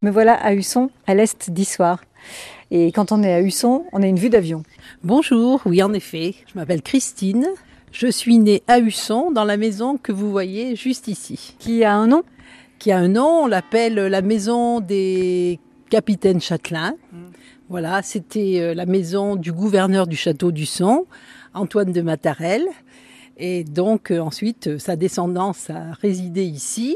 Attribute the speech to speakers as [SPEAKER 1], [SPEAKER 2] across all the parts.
[SPEAKER 1] Me voilà à Husson, à l'est d'Issoire. Et quand on est à Husson, on a une vue d'avion.
[SPEAKER 2] Bonjour, oui en effet, je m'appelle Christine. Je suis née à Husson, dans la maison que vous voyez juste ici,
[SPEAKER 1] Qui a un nom
[SPEAKER 2] qui a un nom, on l'appelle euh, la maison des capitaines châtelains. Voilà, c'était euh, la maison du gouverneur du château d'Husson, Antoine de Matarel. Et donc euh, ensuite, euh, sa descendance a résidé ici,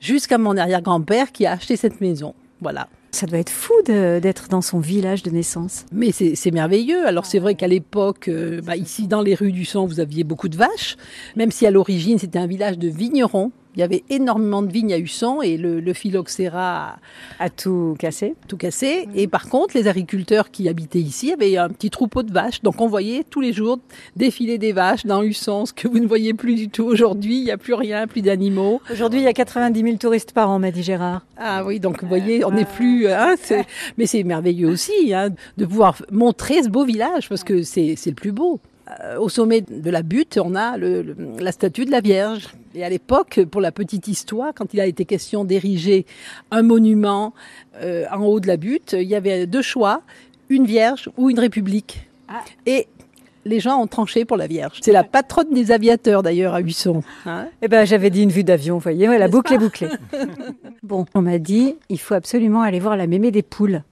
[SPEAKER 2] jusqu'à mon arrière-grand-père qui a acheté cette maison. Voilà.
[SPEAKER 1] Ça doit être fou de- d'être dans son village de naissance.
[SPEAKER 2] Mais c'est c'est merveilleux. Alors c'est vrai qu'à l'époque, euh, bah, ici dans les rues du sang, vous aviez beaucoup de vaches, même si à l'origine c'était un village de vignerons. Il y avait énormément de vignes à Husson et le, le phylloxéra a
[SPEAKER 1] À tout casser.
[SPEAKER 2] tout cassé. Et par contre, les agriculteurs qui habitaient ici avaient un petit troupeau de vaches. Donc on voyait tous les jours défiler des vaches dans Husson, ce que vous ne voyez plus du tout aujourd'hui. Il n'y a plus rien, plus d'animaux.
[SPEAKER 1] Aujourd'hui, il y a 90 000 touristes par an, m'a dit Gérard.
[SPEAKER 2] Ah oui, donc vous voyez, on n'est plus. Hein, c'est- Mais c'est merveilleux aussi hein, de pouvoir montrer ce beau village parce que c'est c'est le plus beau. Euh, Au sommet de la butte, on a le- le- la statue de la Vierge. Et à l'époque, pour la petite histoire, quand il a été question d'ériger un monument euh, en haut de la butte, il y avait deux choix une Vierge ou une République.
[SPEAKER 1] Ah.
[SPEAKER 2] Et les gens ont tranché pour la Vierge. C'est la patronne des aviateurs d'ailleurs à Huisson. hein.
[SPEAKER 1] Eh ben, j'avais dit une vue d'avion, vous voyez, ouais, la
[SPEAKER 2] N'est-ce
[SPEAKER 1] boucle est bouclée. bon, on m'a dit, il faut absolument aller voir la mémé des poules.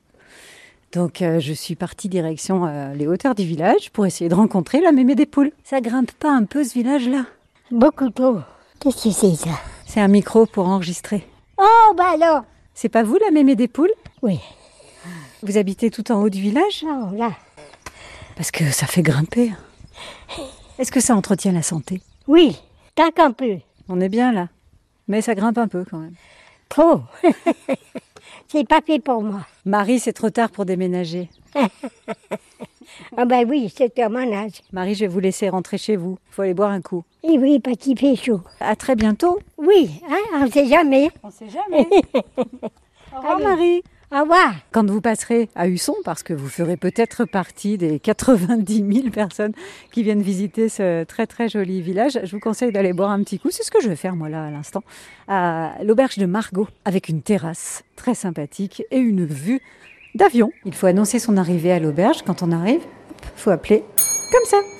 [SPEAKER 1] Donc, euh, je suis partie direction euh, les hauteurs du village pour essayer de rencontrer la mémé des poules. Ça grimpe pas un peu ce village-là
[SPEAKER 3] Beaucoup trop. Qu'est-ce que c'est ça
[SPEAKER 1] C'est un micro pour enregistrer.
[SPEAKER 3] Oh bah alors
[SPEAKER 1] C'est pas vous la mémé des poules
[SPEAKER 3] Oui.
[SPEAKER 1] Vous habitez tout en haut du village
[SPEAKER 3] Non, Oh, là.
[SPEAKER 1] Parce que ça fait grimper. Est-ce que ça entretient la santé
[SPEAKER 3] Oui, tac un peu.
[SPEAKER 1] On est bien là. Mais ça grimpe un peu quand même.
[SPEAKER 3] Trop. c'est pas fait pour moi.
[SPEAKER 1] Marie, c'est trop tard pour déménager.
[SPEAKER 3] Ah bah oui, c'est un manage.
[SPEAKER 1] Marie, je vais vous laisser rentrer chez vous. Faut aller boire un coup.
[SPEAKER 3] Et Eh oui, parce qu'il fait chaud.
[SPEAKER 1] À très bientôt.
[SPEAKER 3] Oui, hein, on sait jamais.
[SPEAKER 1] On sait jamais. Au revoir
[SPEAKER 3] Allez.
[SPEAKER 1] Marie.
[SPEAKER 3] Au revoir.
[SPEAKER 1] Quand vous passerez à Husson, parce que vous ferez peut-être partie des 90 000 personnes qui viennent visiter ce très très joli village, je vous conseille d'aller boire un petit coup. C'est ce que je vais faire moi là à l'instant, à l'auberge de Margot, avec une terrasse très sympathique et une vue d'avion. Il faut annoncer son arrivée à l'auberge. Quand on arrive, il faut appeler comme ça.